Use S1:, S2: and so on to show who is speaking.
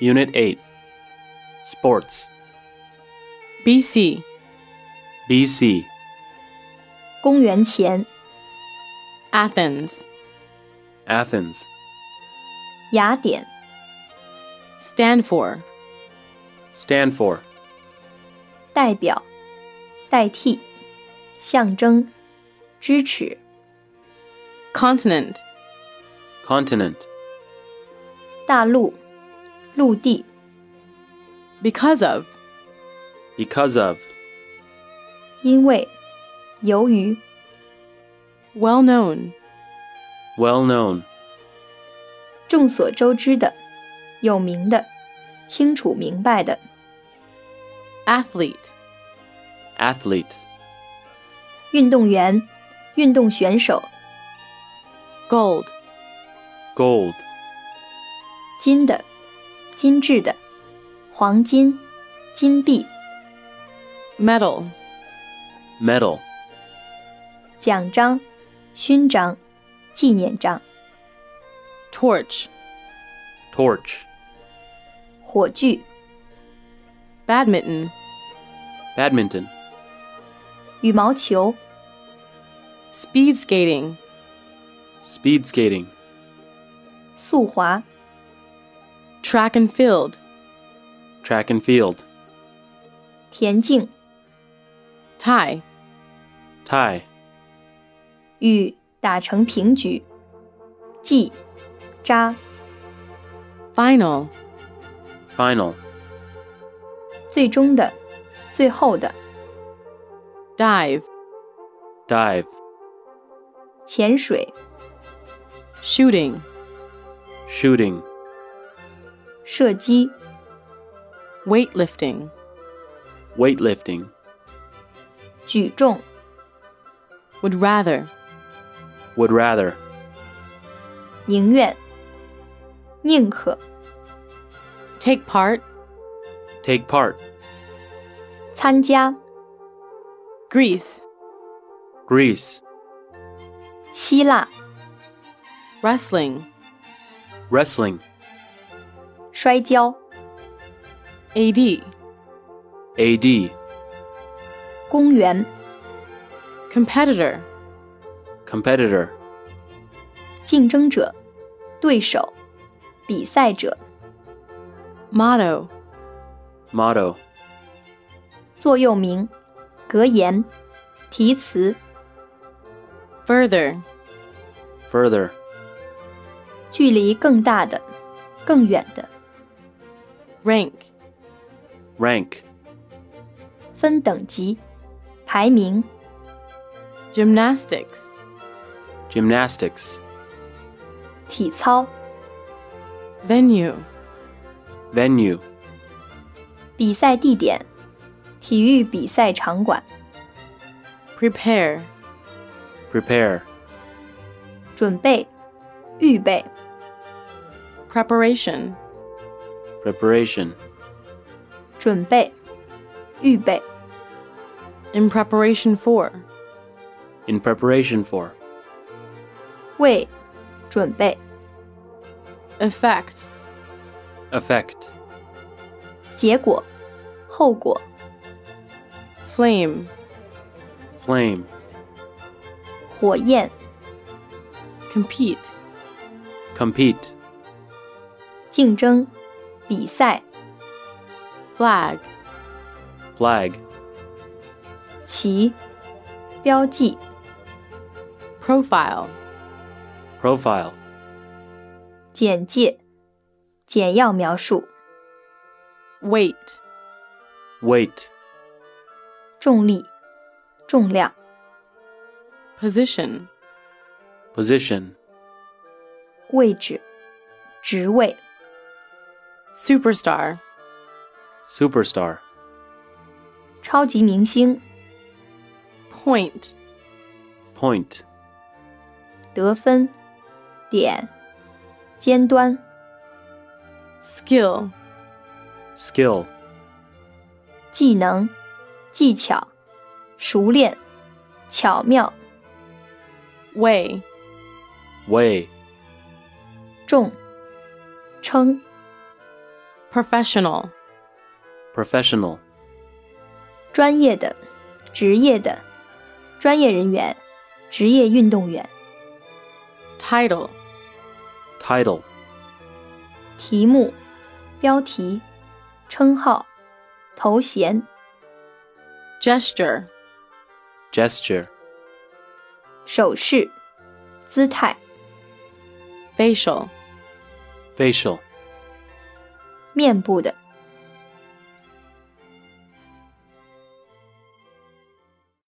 S1: Unit 8 Sports
S2: BC,
S1: BC
S3: 公元前，
S2: Athens,
S1: Athens
S3: 雅典、
S2: stand for,
S1: Stand for
S3: 代表、代替、象征、支持、
S2: continent,
S1: Continent
S3: 大陆、陆地、
S2: because of,
S1: Because of
S3: 因为、由于、
S2: well known,
S1: Well known
S3: 众所周知的、有名的、清楚明白的、
S2: athlete,
S1: Athlete
S3: 运动员、运动选手、
S2: gold,
S1: Gold
S3: 金的、金质的、黄金、金币、
S2: medal,
S1: Medal
S3: 奖章、勋章、纪念章、
S2: torch,
S1: Torch
S3: 火炬、
S2: badminton,
S1: Badminton
S3: 羽毛球、
S2: speed skating,
S1: Speed skating
S3: 速滑、
S2: track and field,
S1: Track and field
S3: 田径、
S2: tie,
S1: Tie
S3: 与打成平局、记、扎、
S2: final,
S1: Final
S3: 最终的、最后的、
S2: dive,
S1: Dive
S3: 潜水、
S2: shooting,
S1: Shooting
S3: 射击、
S2: weightlifting,
S1: Weightlifting
S3: 举重、
S2: would rather,
S1: Would rather
S3: 宁愿、宁可、
S2: take part,
S1: Take part
S3: 参加、
S2: Greece,
S1: Greece
S3: 希腊、
S2: wrestling,
S1: Wrestling
S3: 摔跤、
S2: AD,
S1: AD
S3: 公园、
S2: competitor,
S1: Competitor
S3: 竞争者、对手、比赛者、
S2: motto,
S1: Motto
S3: 座右铭、格言、题词、
S2: further,
S1: Further
S3: 距离更大的、更远的、
S2: rank,
S1: Rank
S3: 分等级、排名、
S2: gymnastics,
S1: Gymnastics
S3: 体操、
S2: venue,
S1: Venue
S3: 比赛地点、体育比赛场馆、
S2: prepare,
S1: Prepare
S3: 准备、预备、
S2: preparation,
S1: Preparation
S3: 准备、预备、
S2: in preparation for,
S1: In preparation for
S3: 为、准备、
S2: effect,
S1: Effect
S3: 结果、后果、
S2: flame,
S1: Flame
S3: 火焰、
S2: compete,
S1: Compete
S3: 竞争、比赛、
S2: flag,
S1: Flag
S3: 旗、标记、
S2: profile,
S1: Profile
S3: 简介、简要描述、
S2: weight,
S1: Weight
S3: 重力、重量、
S2: position,
S1: Position
S3: 位置、职位、
S2: superstar,
S1: Superstar
S3: 超级明星、
S2: point,
S1: Point
S3: 得分、点、尖端、
S2: skill,
S1: Skill
S3: 技能、技巧、熟练、巧妙、
S2: weigh,
S1: Way
S3: 重、称、
S2: professional,
S1: professional,
S3: 专业的、职业的、专业人员、职业运动员、
S2: title,
S1: title,
S3: 题目、标题、称号、头衔、
S2: gesture,
S1: gesture,
S3: 手势、姿态、
S2: facial,
S1: facial,
S3: 面部的、